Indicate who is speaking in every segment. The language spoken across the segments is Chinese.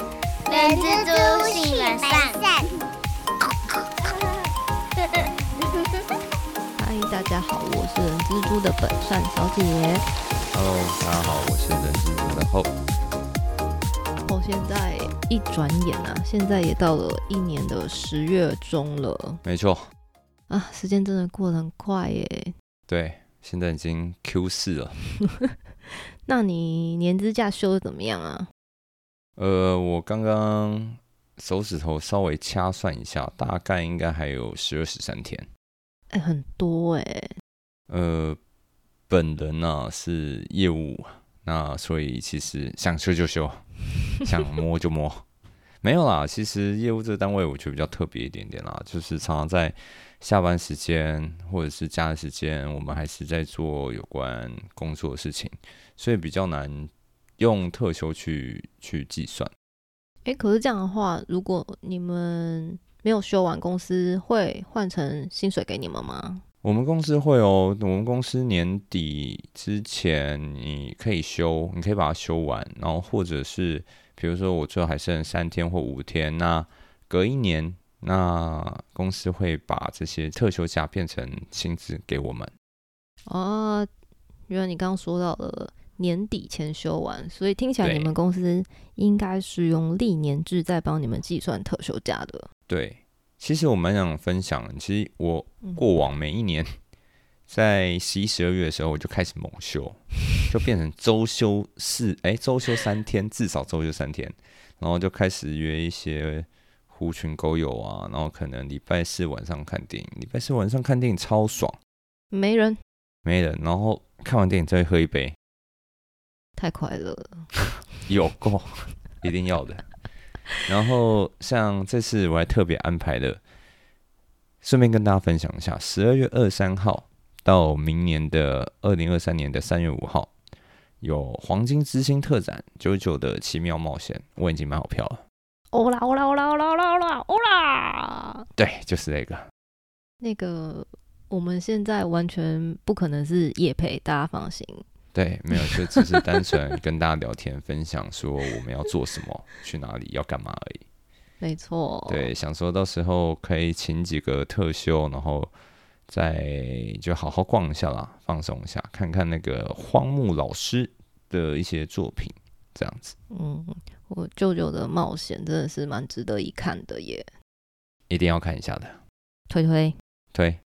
Speaker 1: 人蜘蛛性本善。
Speaker 2: 嗨，大家好，我是人蜘蛛的本善小姐。
Speaker 3: Hello，大家好，我是人蜘蛛的后。
Speaker 2: 哦，现在一转眼啊，现在也到了一年的十月中了
Speaker 3: 没错，
Speaker 2: 啊，时间真的过得很快耶。
Speaker 3: 对，现在已经 Q 四了。
Speaker 2: 那你年资假休的怎么样啊？
Speaker 3: 呃，我刚刚手指头稍微掐算一下，大概应该还有十二十三天。
Speaker 2: 哎、很多哎、
Speaker 3: 呃，本人呢、是业务，那所以其实想休就休， 想摸就摸。没有啦，其实业务这个单位我觉得比较特别一点点啦，就是常常在下班时间或者是假日时间，我们还是在做有关工作的事情，所以比较难用特休去去计算。
Speaker 2: 哎、可是这样的话，如果你们没有休完，公司会换成薪水给你们吗？
Speaker 3: 我们公司会哦，我们公司年底之前你可以休，你可以把它休完，然后或者是比如说我最后还剩三天或五天，那隔一年，那公司会把这些特休假变成薪资给我们。
Speaker 2: 哦，原来你刚刚说到了年底前休完，所以听起来
Speaker 3: 对
Speaker 2: 你们公司应该是用历年制在帮你们计算特休假的。
Speaker 3: 对，其实我蛮想分享，其实我
Speaker 2: 嗯
Speaker 3: 过往每一年 在十一、十二月的时候，我就开始猛休，就变成周休四，哎、周休三天，至少周休三天，然后就开始约一些狐群狗友啊，然后可能礼拜四晚上看电影，礼拜四晚上看电影超爽，
Speaker 2: 没人，
Speaker 3: 没人，然后看完电影再喝一杯，
Speaker 2: 太快乐了。
Speaker 3: 有够，一定要的。然后像这次我还特别安排了，顺便跟大家分享一下，十二月二三号到明年的二零二三年的三月五号有黄金之星特展《九九的奇妙冒险》，我已经买好票了。
Speaker 2: 欧啦欧啦欧啦欧啦欧啦欧啦欧啦！
Speaker 3: 对，就是那个，
Speaker 2: 那个我们现在完全不可能是夜配，大家放心。
Speaker 3: 对，没有，就只是单纯跟大家聊天，分享说我们要做什么，去哪里，要干嘛而已。
Speaker 2: 没错，，
Speaker 3: 对，想说到时候可以请几个特休，然后再就好好逛一下啦，放松一下，看看那个荒木老师的一些作品，这样子
Speaker 2: 嗯，我舅舅的冒险真的是蛮值得一看的耶，
Speaker 3: 一定要看一下的。
Speaker 2: 推推。
Speaker 3: 对，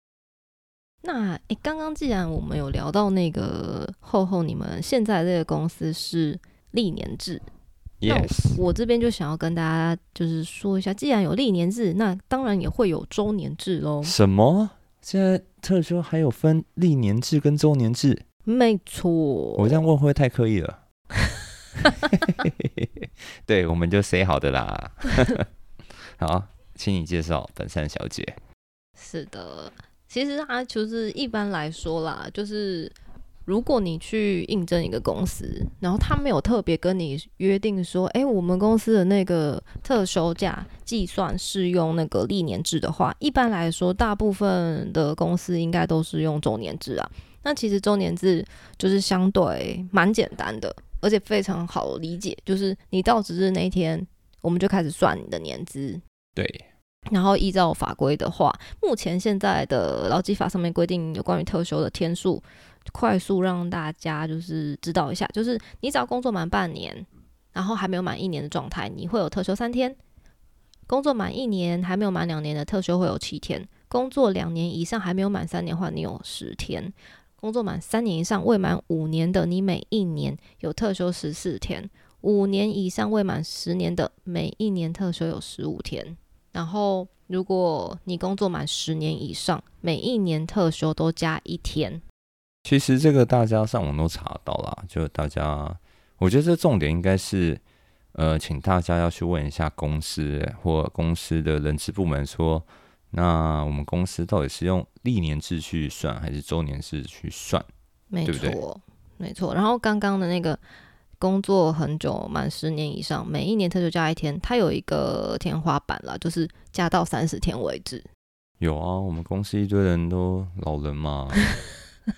Speaker 2: 那诶，刚刚既然我们有聊到那个厚厚，你们现在这个公司是历年制，那
Speaker 3: yes，
Speaker 2: 我这边就想要跟大家就是说一下，既然有历年制，那当然也会有周年制喽。
Speaker 3: 什么？现在特休还有分历年制跟周年制？
Speaker 2: 没错，
Speaker 3: 我这样问会不会太刻意了？ 对，我们就 say 好的啦。 好，请你介绍本善小姐。
Speaker 2: 是的，其实啊，就是一般来说啦，就是如果你去应征一个公司，然后他没有特别跟你约定说，哎、我们公司的那个特休假计算是用那个历年制的话，一般来说，大部分的公司应该都是用周年制啊。那其实周年制就是相对蛮简单的，而且非常好理解，就是你到值日那一天，我们就开始算你的年资，
Speaker 3: 对，
Speaker 2: 然后依照法规的话，目前现在的劳基法上面规定有关于特休的天数，快速让大家就是知道一下，就是你只要工作满半年，然后还没有满一年的状态，你会有特休三天；工作满一年还没有满两年的特休会有七天；工作两年以上还没有满三年的话，你有十天；工作满三年以上未满五年的，你每一年有特休十四天；五年以上未满十年的，每一年特休有十五天。然后，如果你工作满十年以上，每一年特休都加一天。
Speaker 3: 其实这个大家上网都查得到啦，就大家，我觉得这重点应该是，呃，请大家要去问一下公司或公司的人事部门说，那我们公司到底是用历年制去算还是周年制去算？
Speaker 2: 没
Speaker 3: 对不
Speaker 2: 错，
Speaker 3: 对
Speaker 2: 没错。然后刚刚的那个工作很久，满十年以上，每一年特休加一天，它有一个天花板啦，就是加到三十天为止。
Speaker 3: 有啊，我们公司一堆人都老人嘛，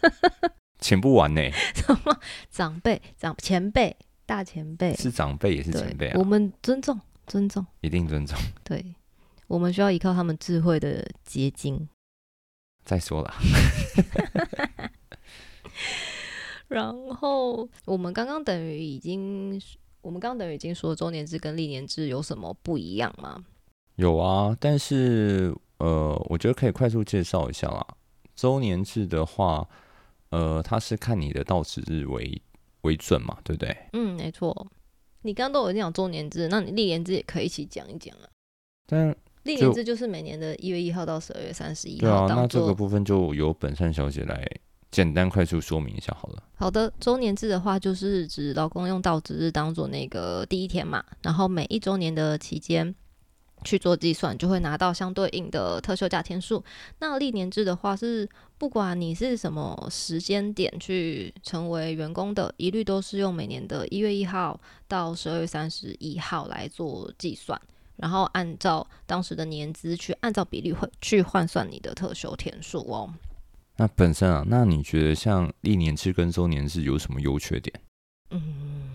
Speaker 3: 请不完呢、
Speaker 2: 什么长辈、长前辈、大前辈，
Speaker 3: 是长辈也是前辈
Speaker 2: 对，我
Speaker 3: 啊。
Speaker 2: 们尊重，尊重。
Speaker 3: 一定尊重。
Speaker 2: 对，我们需要依靠他们智慧的结晶。
Speaker 3: 再说了，
Speaker 2: 然后我们刚刚等于已经，我们刚刚等于已经说周年制跟历年制有什么不一样吗？
Speaker 3: 有啊，但是呃，我觉得可以快速介绍一下啦。周年制的话，呃，它是看你的到职日为为准嘛，对不对？
Speaker 2: 嗯，没错。你刚刚都有讲周年制，那你历年制也可以一起讲一讲啊。
Speaker 3: 但
Speaker 2: 历
Speaker 3: 就
Speaker 2: 年制就是每年的一月一号到十二月三十一
Speaker 3: 对啊
Speaker 2: 号，
Speaker 3: 那
Speaker 2: 当
Speaker 3: 这
Speaker 2: 做、
Speaker 3: 个部分就由本善小姐来简单快速说明一下好了。
Speaker 2: 好的，周年制的话，就是指劳工用到值日当做那个第一天嘛，然后每一周年的期间去做计算，就会拿到相对应的特休假天数。那历年制的话是，不管你是什么时间点去成为员工的，一律都是用每年的一月一号到十二月三十一号来做计算，然后按照当时的年资去按照比例会去换算你的特休天数哦。
Speaker 3: 那本身啊，那你觉得像历年制跟周年制有什么优缺点？
Speaker 2: 嗯，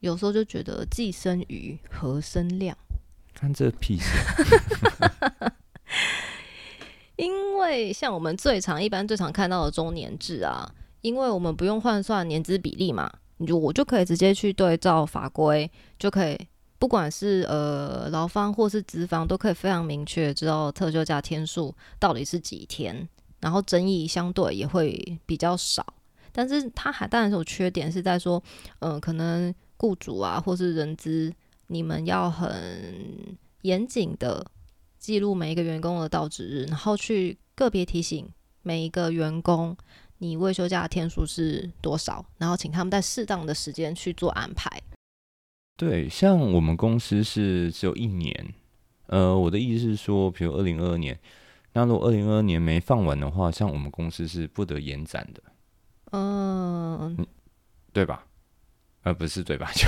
Speaker 2: 有时候就觉得既生瑜，何生亮，
Speaker 3: 看这屁事啊，
Speaker 2: 因为像我们最常一般最常看到的周年制啊，因为我们不用换算年资比例嘛，你就我就可以直接去对照法规，就可以。不管是呃劳方或是资方，都可以非常明确知道特休假天数到底是几天，然后争议相对也会比较少。但是它还当然是有缺点，是在说，呃，可能雇主啊或是人资，你们要很严谨的记录每一个员工的到职日，然后去个别提醒每一个员工你未休假的天数是多少，然后请他们在适当的时间去做安排。
Speaker 3: 对，像我们公司是只有一年，呃，我的意思是说，比如二零二二年，那如果二零二二年没放完的话，像我们公司是不得延展的，
Speaker 2: 嗯，
Speaker 3: 对吧？呃，不是对吧？ 就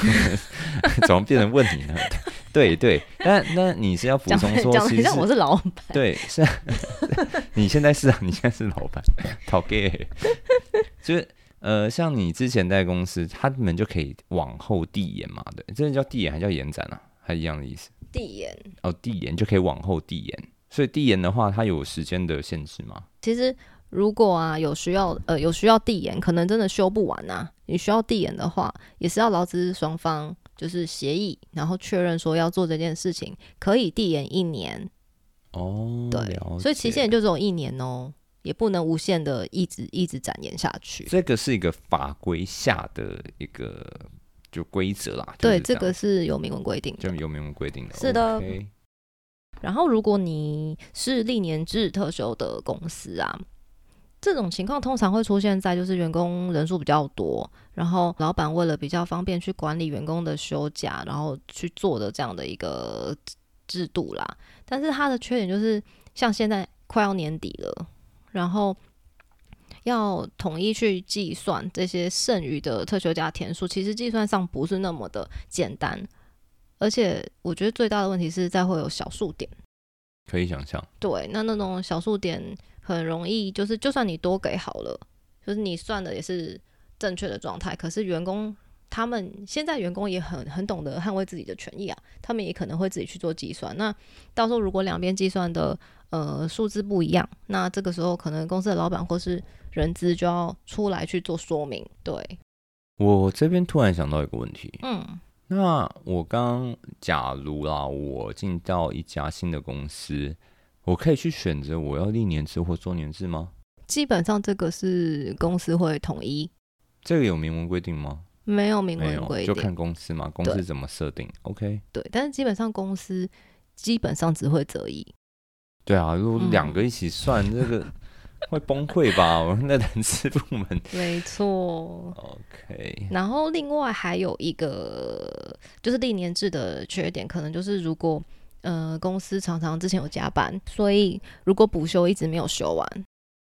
Speaker 3: 怎么变成问你呢？ 对对，但那你是要服
Speaker 2: 讲
Speaker 3: 从
Speaker 2: 得
Speaker 3: 说，
Speaker 2: 讲
Speaker 3: 其
Speaker 2: 的
Speaker 3: 实
Speaker 2: 像我是老板，
Speaker 3: 对，是、啊， 你现在是啊，你现在是老板，讨 gay，欸就是呃，像你之前在公司，他们就可以往后递延嘛，对，这叫递延还叫延展啊，还一样的意思。
Speaker 2: 递延。
Speaker 3: 哦，递延就可以往后递延，所以递延的话，它有时间的限制吗？
Speaker 2: 其实如果啊有需要，呃有需要递延，可能真的修不完啊。你需要递延的话，也是要劳资双方就是协议，然后确认说要做这件事情可以递延一年，
Speaker 3: 哦，
Speaker 2: 对
Speaker 3: 了解
Speaker 2: 所以期限也就只有一年哦，也不能无限的一直一直展延下去。
Speaker 3: 这个是一个法规下的一个就规则啦，就
Speaker 2: 对，
Speaker 3: 是这
Speaker 2: 这
Speaker 3: 样
Speaker 2: 个是有明文规定的
Speaker 3: 就。有明文规定的，
Speaker 2: 是的
Speaker 3: OK
Speaker 2: 然后，如果你是历年制特休的公司啊，这种情况通常会出现在就是员工人数比较多，然后老板为了比较方便去管理员工的休假，然后去做的这样的一个制制度啦。但是它的缺点就是，像现在快要年底了，然后要统一去计算这些剩余的特休假天数，其实计算上不是那么的简单。而且我觉得最大的问题是在会有小数点。
Speaker 3: 可以想象，
Speaker 2: 对，那那种小数点很容易，就是就算你多给好了，就是你算的也是正确的状态，可是员工他们现在员工也很很懂得捍卫自己的权益啊，他们也可能会自己去做计算。那到时候如果两边计算的呃数字不一样，那这个时候可能公司的老板或是人资就要出来去做说明。对，
Speaker 3: 我这边突然想到一个问题，
Speaker 2: 嗯
Speaker 3: 那我刚假如啦，我进到一家新的公司，我可以去选择我要历年制或周年制吗？
Speaker 2: 基本上这个是公司会统一，
Speaker 3: 这个有明文规定吗？
Speaker 2: 没有明
Speaker 3: 没
Speaker 2: 文规
Speaker 3: 有，
Speaker 2: 定
Speaker 3: 就，看公司嘛，公司怎么设定。OK，
Speaker 2: 对，但是基本上公司基本上只会择一。
Speaker 3: 对啊，如果
Speaker 2: 嗯
Speaker 3: 两个一起算，这个会崩溃吧？ 我们的人事部门。
Speaker 2: 没错。
Speaker 3: OK，
Speaker 2: 然后另外还有一个就是历年制的缺点，可能就是如果呃公司常常之前有加班，所以如果补休一直没有休完，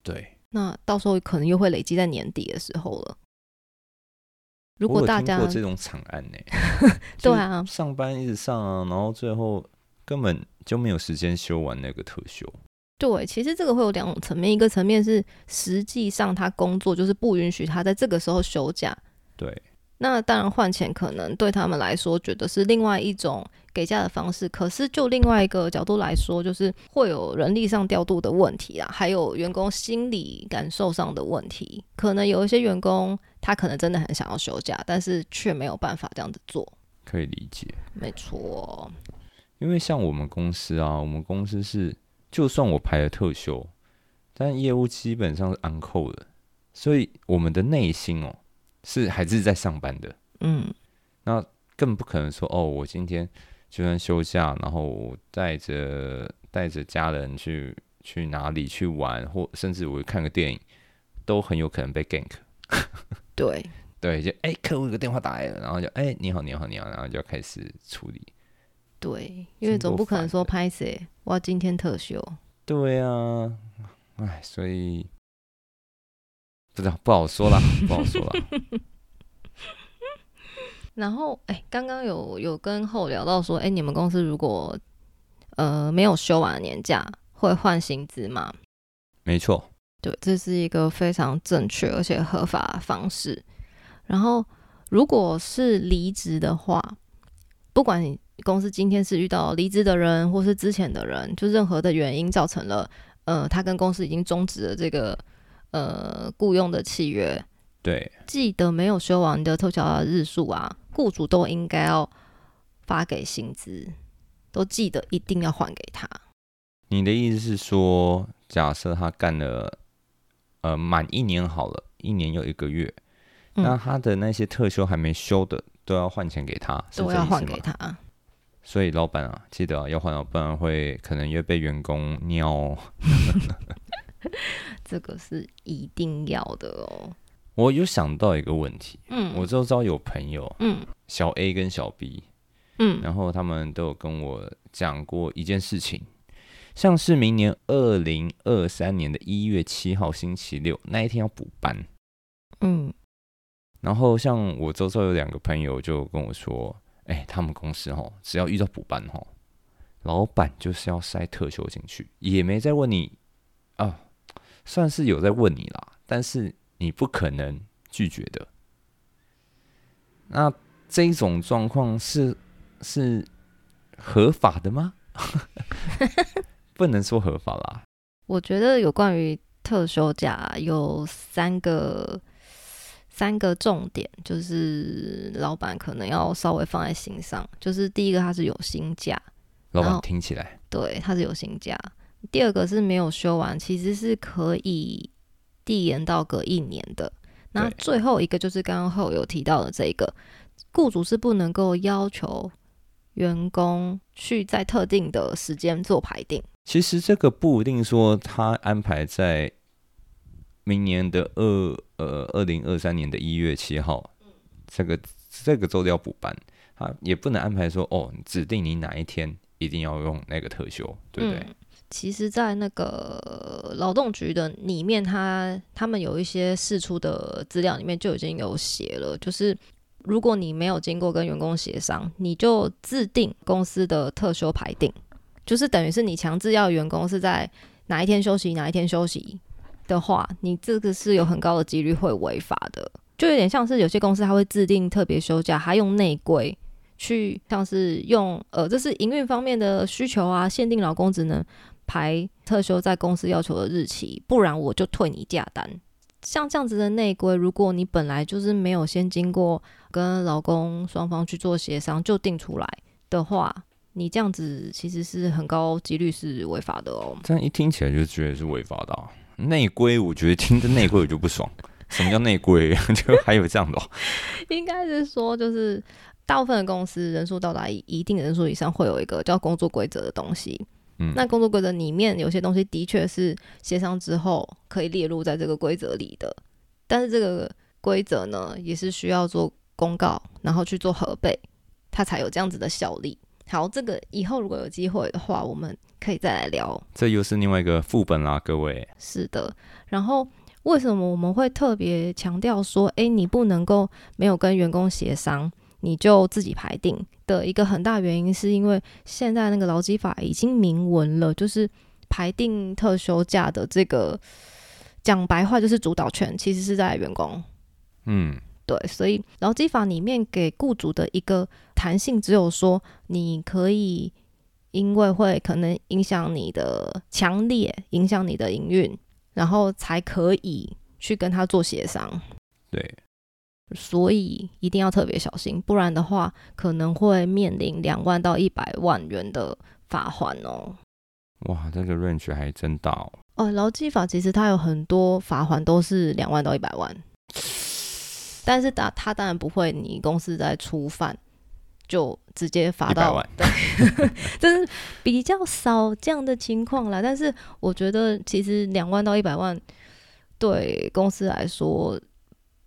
Speaker 3: 对，
Speaker 2: 那到时候可能又会累积在年底的时候了。如
Speaker 3: 我
Speaker 2: 果
Speaker 3: 有
Speaker 2: 大
Speaker 3: 听
Speaker 2: 家
Speaker 3: 过这种惨案 呢、
Speaker 2: 对啊
Speaker 3: 就是上班一直上啊，然后最后根本就没有时间休完那个特休。
Speaker 2: 对，其实这个会有两种层面，一个层面是实际上他工作就是不允许他在这个时候休假，
Speaker 3: 对，
Speaker 2: 那当然换钱可能对他们来说觉得是另外一种给价的方式，可是就另外一个角度来说，就是会有人力上调度的问题啊，还有员工心理感受上的问题。可能有一些员工他可能真的很想要休假，但是却没有办法这样子做。
Speaker 3: 可以理解。
Speaker 2: 没错，
Speaker 3: 因为像我们公司啊，我们公司是就算我排了特休，但业务基本上是 on call 的，所以我们的内心哦是还是在上班的，
Speaker 2: 嗯，
Speaker 3: 更不可能说哦，我今天就算休假，然后我带着带着家人去去哪里去玩，或甚至我看个电影，都很有可能被 gank。
Speaker 2: 对，
Speaker 3: 对，就哎、客户有个电话打来了，然后就哎、你好你好你好，然后就要开始处理。
Speaker 2: 对，因为总不可能说拍谁，我要今天特休。
Speaker 3: 对啊，哎，所以不知道不好说啦，不好说啦。
Speaker 2: 然后，哎，刚刚有有跟后聊到说，哎，你们公司如果呃没有休完年假，会换薪资吗？
Speaker 3: 没错，
Speaker 2: 对，这是一个非常正确而且合法的方式。然后，如果是离职的话，不管你公司今天是遇到离职的人，或是之前的人，就任何的原因造成了，呃，他跟公司已经终止了这个呃雇佣的契约，
Speaker 3: 对，记
Speaker 2: 记得没有休完的特调日数啊，雇主都应该要发给薪资，都记得一定要还给他。
Speaker 3: 你的意思是说，假设他干了呃满一年好了，一年又一个月，
Speaker 2: 嗯
Speaker 3: 那他的那些特休还没休的都要换钱给他，是
Speaker 2: 都
Speaker 3: 这
Speaker 2: 要
Speaker 3: 意
Speaker 2: 还
Speaker 3: 思
Speaker 2: 给
Speaker 3: 吗？
Speaker 2: 他，
Speaker 3: 所以老板啊，记得、啊、要换哦，不然会可能又被员工尿哦。
Speaker 2: 这个是一定要的哦。
Speaker 3: 我有想到一个问题，
Speaker 2: 嗯，
Speaker 3: 我周遭有朋友
Speaker 2: 嗯
Speaker 3: 小 A 跟小 B，
Speaker 2: 嗯
Speaker 3: 然后他们都有跟我讲过一件事情，像是明年二零二三年的一月七号星期六那一天要补班，
Speaker 2: 嗯
Speaker 3: 然后像我周遭有两个朋友就跟我说，哎、他们公司吼，只要遇到补班吼，老板就是要塞特休进去，也没再问你啊，算是有在问你啦，但是你不可能拒绝的。那这一种状况是是合法的吗？不能说合法啦，
Speaker 2: 我觉得有关于特休假有三个三个重点，就是老板可能要稍微放在心上。就是第一个，它是有薪假，
Speaker 3: 老
Speaker 2: 然后
Speaker 3: 板听起来
Speaker 2: 对，它是有薪假。第二个是没有休完，其实是可以递延到隔一年的。那
Speaker 3: 对
Speaker 2: 最后一个就是刚刚后有提到的这一个，雇主是不能够要求员工去在特定的时间做排定。
Speaker 3: 其实这个不一定说他安排在明年的二呃二零二三年的一月七号，
Speaker 2: 嗯
Speaker 3: 这个这个周六要补班，他也不能安排说哦指定你哪一天一定要用那个特休，对不对？
Speaker 2: 嗯其实，在那个劳动局的里面，他他们有一些释出的资料里面就已经有写了，就是如果你没有经过跟员工协商，你就制定公司的特休排定，就是等于是你强制要员工是在哪一天休息，哪一天休息的话，你这个是有很高的几率会违法的，就有点像是有些公司他会制定特别休假，他用内规。去像是用呃，这是营运方面的需求啊，限定劳工只能排特休在公司要求的日期，不然我就退你假单。像这样子的内规，如果你本来就是没有先经过跟劳工双方去做协商就定出来的话，你这样子其实是很高几率是违法的哦。
Speaker 3: 这样一听起来就觉得是违法的啊、内规我觉得听着内规我就不爽， 什么叫内规？ 就还有这样的哦、
Speaker 2: 应该是说，就是大部分的公司人数到达一一定人数以上，会有一个叫工作规则的东西。
Speaker 3: 嗯
Speaker 2: 那工作规则里面有些东西的确是协商之后可以列入在这个规则里的，但是这个规则呢，也是需要做公告，然后去做核备，它才有这样子的效力。好，这个以后如果有机会的话，我们可以再来聊
Speaker 3: 这又是另外一个副本啦，各位。
Speaker 2: 是的，然后为什么我们会特别强调说，诶，你不能够没有跟员工协商，你就自己排定的一个很大原因，是因为现在那个劳基法已经明文了，就是排定特休假的这个，讲白话就是主导权其实是在员工。
Speaker 3: 嗯，
Speaker 2: 对，所以劳基法里面给雇主的一个弹性，只有说你可以因为会可能影响你的强烈影响你的营运，然后才可以去跟他做协商。
Speaker 3: 对，
Speaker 2: 所以一定要特别小心，不然的话可能会面临两万到一百万元的罚款哦。
Speaker 3: 哇，这个 range 还真大哦。
Speaker 2: 哦，劳基法其实它有很多罚款都是两万到一百万，但是打它当然不会，你公司在初犯就直接罚
Speaker 3: 一百
Speaker 2: 到
Speaker 3: 万，
Speaker 2: 这是比较少这样的情况啦。但是我觉得，其实两万到一百万对公司来说，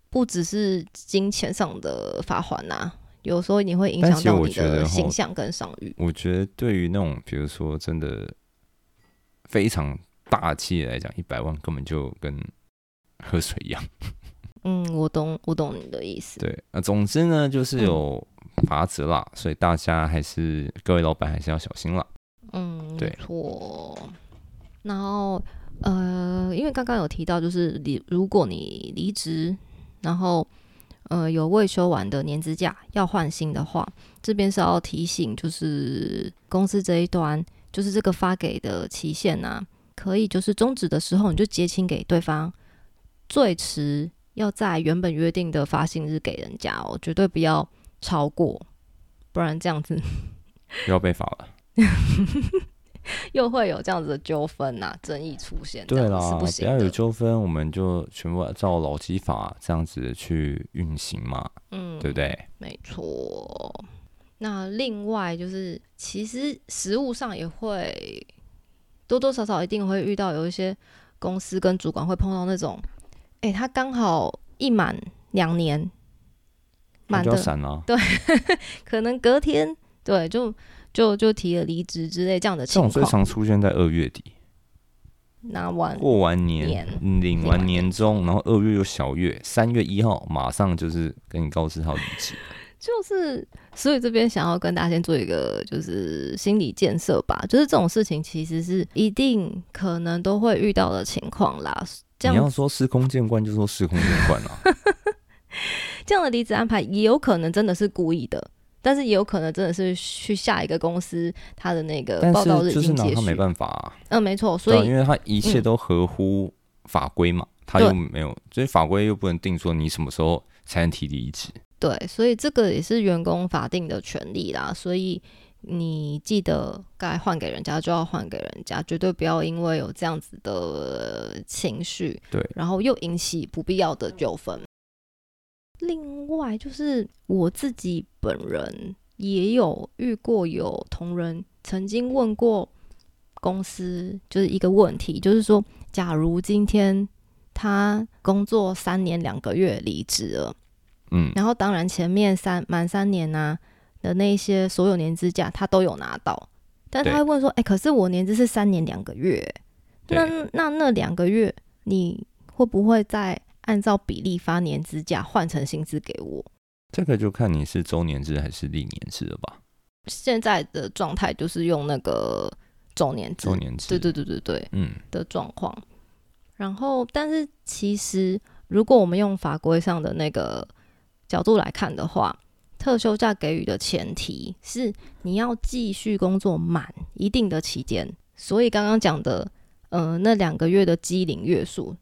Speaker 2: 不只是金钱上的罚款呐、有时候你会影
Speaker 3: 但
Speaker 2: 响
Speaker 3: 其实
Speaker 2: 到
Speaker 3: 我
Speaker 2: 你
Speaker 3: 觉得
Speaker 2: 的
Speaker 3: 吼
Speaker 2: 形象跟商誉。
Speaker 3: 我觉得对于那种比如说真的非常大的企业来讲，一百万根本就跟喝水一 样。
Speaker 2: 嗯，我懂，我懂你的意思。
Speaker 3: 对，那总之呢，就是有法子啦，所以大家还是各位老板还是要小心啦。
Speaker 2: 嗯，
Speaker 3: 对
Speaker 2: 没错。然后呃，因为刚刚有提到，就是你如果你离职，然后呃有未休完的年资假要换新的话，这边是要提醒，就是公司这一端，就是这个发给的期限呢、可以就是终止的时候你就结清给对方，最迟要在原本约定的发薪日给人家哦，绝对不要超过，不然这样子
Speaker 3: 又要被罚了。
Speaker 2: 又会有这样子的纠纷呐、争议出现，这
Speaker 3: 对
Speaker 2: 样
Speaker 3: 啦，
Speaker 2: 子是不行
Speaker 3: 要有
Speaker 2: 的。
Speaker 3: 纠纷，我们就全部照劳基法这样子去运行嘛，
Speaker 2: 嗯，
Speaker 3: 对不对？
Speaker 2: 没错。那另外就是，其实实物上也会多多少少一定会遇到有一些公司跟主管会碰到那种，诶，他刚好一满两年，
Speaker 3: 那
Speaker 2: 满
Speaker 3: 就要
Speaker 2: 的
Speaker 3: 闪啦。
Speaker 2: 可能隔天对就就就提了离职之类这样的
Speaker 3: 这种
Speaker 2: 情
Speaker 3: 最
Speaker 2: 况，
Speaker 3: 常出现在二月底，
Speaker 2: 那完
Speaker 3: 过完年
Speaker 2: 年
Speaker 3: 领
Speaker 2: 领
Speaker 3: 完
Speaker 2: 完
Speaker 3: 年终，然后二月又小月，三月一号马上就是跟你告知他离职。
Speaker 2: 就是，所以这边想要跟大家先做一个就是心理建设吧，就是这种事情其实是一定可能都会遇到的情况啦。这
Speaker 3: 你要
Speaker 2: 样
Speaker 3: 说司空见惯就说司空见惯啊 啦，
Speaker 2: 这样的离职安排也有可能真的是故意的，但是也有可能真的是去下一个公司他的那个
Speaker 3: 但
Speaker 2: 呃报道日
Speaker 3: 是
Speaker 2: 已
Speaker 3: 就是
Speaker 2: 经
Speaker 3: 拿
Speaker 2: 结
Speaker 3: 他没
Speaker 2: 束。
Speaker 3: 办法啊，
Speaker 2: 嗯，没错，所
Speaker 3: 对啊，因
Speaker 2: 以嗯
Speaker 3: 为他一切都合乎法规嘛，他
Speaker 2: 对
Speaker 3: 又没有，所以法规又不能定说你什么时候才能提离职。
Speaker 2: 对，所以这个也是员工法定的权利啦，所以。你记得该换给人家就要换给人家，绝对不要因为有这样子的情绪，
Speaker 3: 对，
Speaker 2: 然后又引起不必要的纠纷。另外，就是我自己本人也有遇过有同仁曾经问过公司，就是一个问题，就是说，假如今天他工作三年两个月离职了，
Speaker 3: 嗯，
Speaker 2: 然后当然前面三满三年呐、的那一些所有年资假，他都有拿到，但他
Speaker 3: 对
Speaker 2: 会问说：“哎、可是我年资是三年两个月，
Speaker 3: 对
Speaker 2: 那那那两个月你会不会再按照比例发年资假换成薪资给我
Speaker 3: 这个就看你是周年制还是历年制了
Speaker 2: 嗯
Speaker 3: 吧？？”
Speaker 2: 现在的状态就是用那个周年制
Speaker 3: 周，年制，
Speaker 2: 对对对对对
Speaker 3: 嗯，
Speaker 2: 的状况。然后，但是其实如果我们用法规上的那个角度来看的话，特休假给予的前提是你要继续工作满一定的期间，所以刚刚讲的，呃，那两个月的基龄月数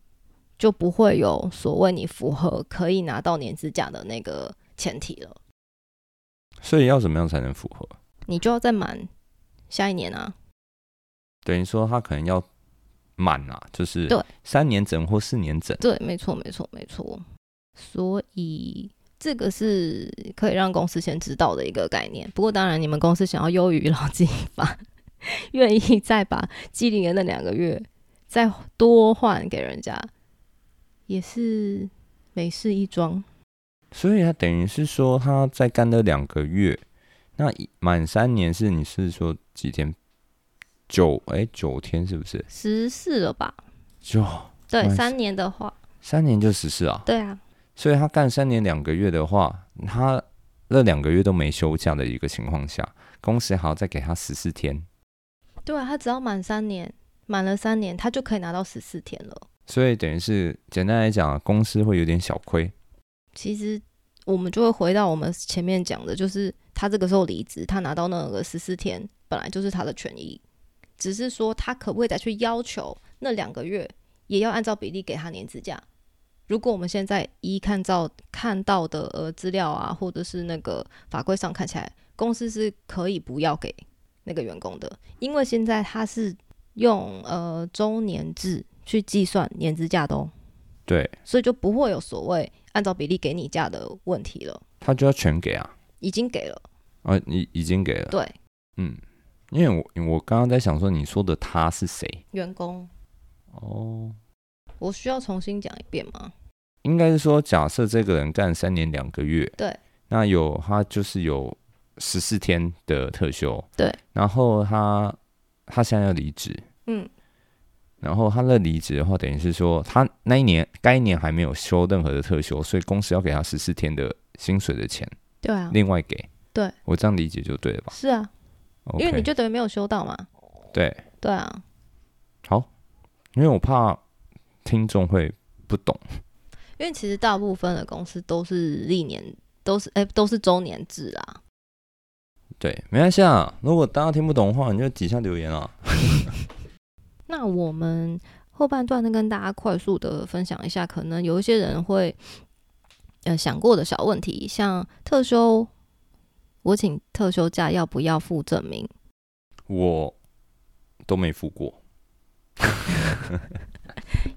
Speaker 2: 就不会有所谓你符合可以拿到年资假的那个前提了，
Speaker 3: 所以要怎么样才能符合？
Speaker 2: 你就要再满下一年啊。
Speaker 3: 等于说他可能要满啊，就是
Speaker 2: 对
Speaker 3: 三年整或四年整。
Speaker 2: 对，没错，没错，没错。所以这个是可以让公司先知道的一个概念。不过，当然你们公司想要优于劳基法， 愿意再把基龄的那两个月再多换给人家，也是美事一桩。
Speaker 3: 所以他等于是说他在干了两个月，那一满三年是你是说几天？九哎、九天是不是？
Speaker 2: 十四了吧？
Speaker 3: 九
Speaker 2: 对，
Speaker 3: 蛮
Speaker 2: 三年的话，
Speaker 3: 三年就十四啊。
Speaker 2: 对啊，
Speaker 3: 所以他干三年两个月的话，他那两个月都没休假的一个情况下，公司还要再给他十四天。
Speaker 2: 对啊，他只要满三年，满了三年，他就可以拿到十四天了。
Speaker 3: 所以等于是简单来讲，公司会有点小亏。
Speaker 2: 其实我们就会回到我们前面讲的，就是他这个时候离职，他拿到那个十四天，本来就是他的权益，只是说他可不可以再去要求那两个月也要按照比例给他年资假？如果我们现在一看到看到的呃资料啊，或者是那个法规上看起来，公司是可以不要给那个员工的，因为现在他是用呃周年制去计算年资假的哦。
Speaker 3: 对，
Speaker 2: 所以就不会有所谓按照比例给你价的问题了，
Speaker 3: 他就要全给啊，
Speaker 2: 已经给了。
Speaker 3: 啊，已已经给了，
Speaker 2: 对，
Speaker 3: 嗯，因为我我刚刚在想说，你说的他是谁？
Speaker 2: 员工，
Speaker 3: 哦，
Speaker 2: 我需要重新讲一遍吗？
Speaker 3: 应该是说，假设这个人干三年两个月，
Speaker 2: 对，
Speaker 3: 那有他就是有十四天的特休，
Speaker 2: 对，
Speaker 3: 然后他他现在要离职，
Speaker 2: 嗯，
Speaker 3: 然后他的离职的话，等于是说他那一年该年还没有休任何的特休，所以公司要给他十四天的薪水的钱，
Speaker 2: 对啊，
Speaker 3: 另外给。
Speaker 2: 对，
Speaker 3: 我这样理解就对了吧
Speaker 2: 是啊，
Speaker 3: ？OK，
Speaker 2: 因为你就等于没有修到嘛。
Speaker 3: 对，
Speaker 2: 对啊，
Speaker 3: 因为我怕听众会不懂，
Speaker 2: 因为其实大部分的公司都是历年都是哎、都是周年制啦。
Speaker 3: 对，没关系啊。如果大家听不懂的话，你就底下留言啊。
Speaker 2: 那我们后半段再跟大家快速的分享一下，可能有一些人会呃想过的小问题，像特休，我请特休假要不要附证明？
Speaker 3: 我都没付过。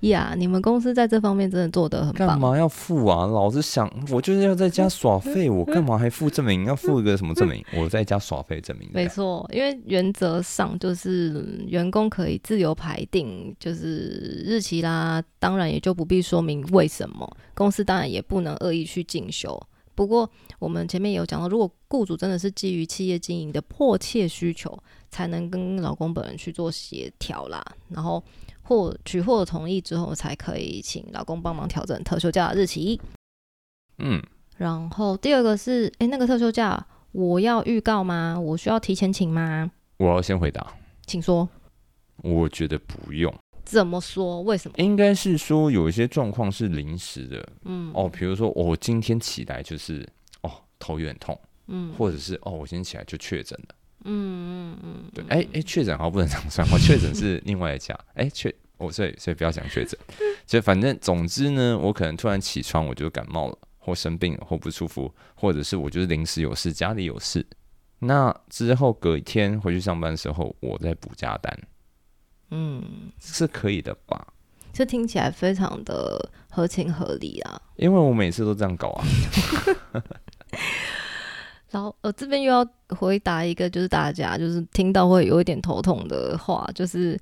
Speaker 2: 呀你们公司在这方面真的做得很
Speaker 3: 干
Speaker 2: 棒。
Speaker 3: 嘛要付啊？老子想，我就是要在家耍废，我干嘛还付证明？要付一个什么证明？我在家耍废证明啊的
Speaker 2: 没
Speaker 3: 呀。
Speaker 2: 错，因为原则上就是嗯员工可以自由排定，就是日期啦，当然也就不必说明为什么。公司当然也不能恶意去进修。不过我们前面也有讲到，如果雇主真的是基于企业经营的迫切需求，才能跟老公本人去做协调啦，然后获取获得同意之后，才可以请老公帮忙调整特休假的日期。
Speaker 3: 嗯，
Speaker 2: 然后第二个是，诶，那个特休假我要预告吗？我需要提前请吗？
Speaker 3: 我要先回答，
Speaker 2: 请说，
Speaker 3: 我觉得不用，
Speaker 2: 怎么说？为什么？
Speaker 3: 应该是说有一些状况是临时的
Speaker 2: 嗯，
Speaker 3: 哦，，比如说哦我今天起来就是哦头有点痛，
Speaker 2: 嗯，
Speaker 3: 或者是哦我今天起来就确诊了。
Speaker 2: 嗯嗯嗯，
Speaker 3: 对，哎哎，确诊好像不能这样算，我确诊是另外一家，哎确。我、所以所以不要讲确诊，所以反正总之呢，我可能突然起床我就感冒了，或生病了，或不舒服，或者是我就是临时有事，家里有事。那之后隔一天回去上班的时候，我再补加单
Speaker 2: 嗯，
Speaker 3: 是可以的吧？
Speaker 2: 这听起来非常的合情合理啊。
Speaker 3: 因为我每次都这样搞啊。
Speaker 2: 然后，呃，这边又要回答一个，就是大家就是听到会有一点头痛的话，就是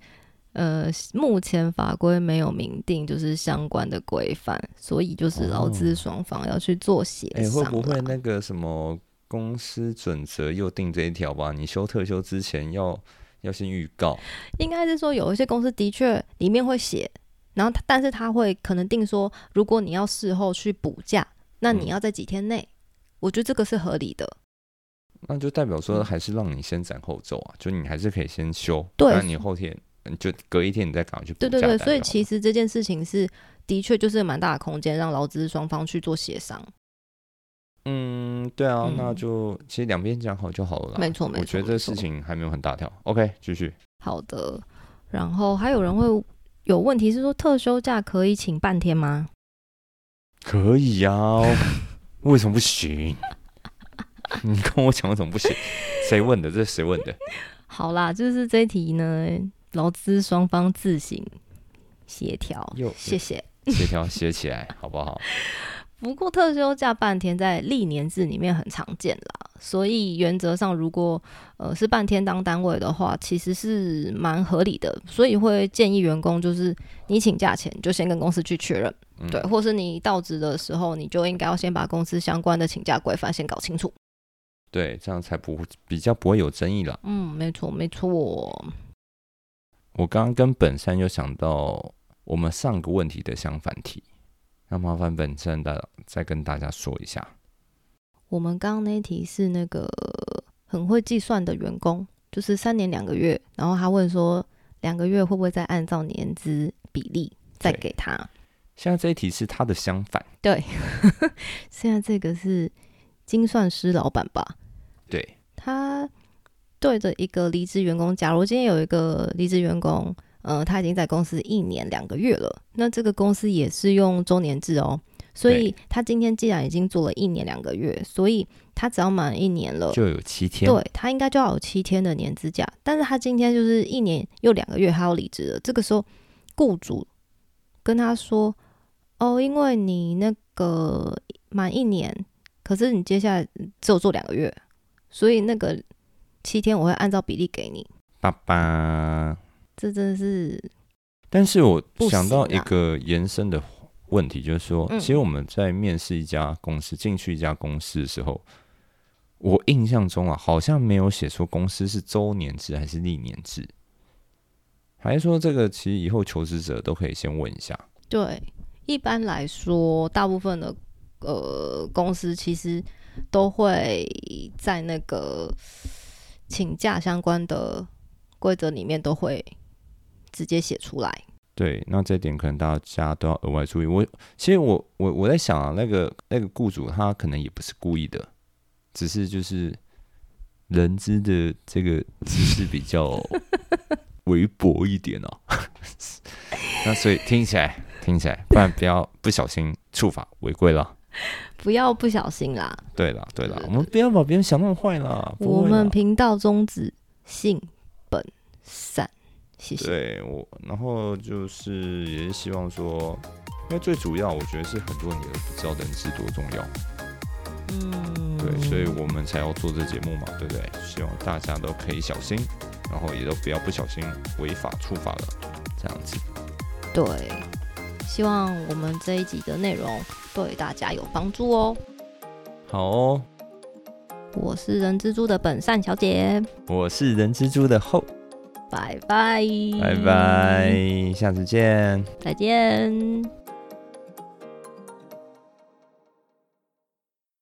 Speaker 2: 呃，目前法规没有明定就是相关的规范，所以就是劳资双方要去做协
Speaker 3: 哎、
Speaker 2: 商
Speaker 3: 哦会
Speaker 2: 啦、
Speaker 3: 不会那个什么公司准则又定这一条吧？你休特休之前要要先预告。
Speaker 2: 应该是说有一些公司的确里面会写，然后它但是他会可能定说，如果你要事后去补假，那你
Speaker 3: 嗯
Speaker 2: 要在几天内，我觉得这个是合理的。
Speaker 3: 那就代表
Speaker 2: 嗯
Speaker 3: 说还是让你先斩后奏啊，就你还是可以先休，
Speaker 2: 对
Speaker 3: 但你后天呃你就隔一天你再赶快去补
Speaker 2: 对对
Speaker 3: 假
Speaker 2: 对，
Speaker 3: 单哦
Speaker 2: 所以
Speaker 3: 就好
Speaker 2: 其实这件事情是的确就是蛮大的空间让劳资双方去做协商。
Speaker 3: 嗯，对啊，
Speaker 2: 嗯
Speaker 3: 那就其实两边讲好就好了啦。
Speaker 2: 没错没错
Speaker 3: 我觉得这事情还没有很大条。OK，继续。
Speaker 2: 好的，然后还有人会有问题是说特休假可以请半天吗？
Speaker 3: 可以呀、为什么不行？ 你跟我讲为什么不行？谁问的？这是谁问的？
Speaker 2: 好啦，就是这一题呢，劳资双方自行协调
Speaker 3: 又，
Speaker 2: 谢谢。
Speaker 3: 协调写起来好不好？
Speaker 2: 不过特休假半天在历年制里面很常见啦，所以原则上如果呃是半天当单位的话，其实是蛮合理的，所以会建议员工就是你请假前就先跟公司去确认，
Speaker 3: 嗯
Speaker 2: 对，或是你到职的时候，你就应该要先把公司相关的请假规范先搞清楚。
Speaker 3: 对，这样才不比较不会有争议啦。
Speaker 2: 嗯，没错没错，
Speaker 3: 我刚刚跟本山又想到我们上个问题的相反题，那麻烦本山的再跟大家说一下。
Speaker 2: 我们刚刚那一题是那个很会计算的员工，就是三年两个月，然后他问说两个月会不会再按照年资比例再
Speaker 3: 对
Speaker 2: 给他？
Speaker 3: 现在这一题是它的相反，
Speaker 2: 现在这个是精算师老板吧？
Speaker 3: 对，
Speaker 2: 他对着一个离职员工，假如今天有一个离职员工，呃，他已经在公司一年两个月了，那这个公司也是用周年制哦，所以他今天既然已经做了一年两个月，所以他只要满一年了。
Speaker 3: 就有七天。
Speaker 2: 对他应该就要有七天的年资假，但是他今天就是一年又两个月，他要离职了。这个时候，雇主跟他说：“哦，因为你那个满一年，可是你接下来只有做两个月，所以那个七天我会按照比例给你。
Speaker 3: 爸爸。”
Speaker 2: 这真的是
Speaker 3: 但是我
Speaker 2: 不
Speaker 3: 想到
Speaker 2: 行
Speaker 3: 一
Speaker 2: 啊
Speaker 3: 个延伸的问题，就是说，
Speaker 2: 嗯
Speaker 3: 其实我们在面试一家公司、进去一家公司的时候，我印象中啊，好像没有写说公司是周年制还是历年制，还是说这个其实以后求职者都可以先问一下。
Speaker 2: 对。一般来说，大部分的呃公司其实都会在那个请假相关的规则里面都会直接写出来。
Speaker 3: 对，那这点可能大家都要额外注意。我其实我我我在想啊，那个那个雇主他可能也不是故意的，只是就是人资的这个知识比较微薄一点哦。 那所以听起来听起来，不然不要不小心触法违规了。
Speaker 2: 不要不小心啦，
Speaker 3: 对了对了，我们不要把别人想那么坏啦。哦不
Speaker 2: 我
Speaker 3: 会啦
Speaker 2: 们频道宗旨性本善，谢谢。
Speaker 3: 对我，然后就是也是希望说，因为最主要我觉得是很多人也不知道人资多重要。
Speaker 2: 嗯，
Speaker 3: 对，所以我们才要做这节目嘛，对不对？希望大家都可以小心，然后也都不要不小心违法触法了，这样子。
Speaker 2: 对，希望我们这一集的内容对大家有帮助哦。
Speaker 3: 好哦，
Speaker 2: 我是人蜘蛛的本善小姐，
Speaker 3: 我是人蜘蛛的后，
Speaker 2: 拜拜，
Speaker 3: 拜，拜，下次见。
Speaker 2: 再见。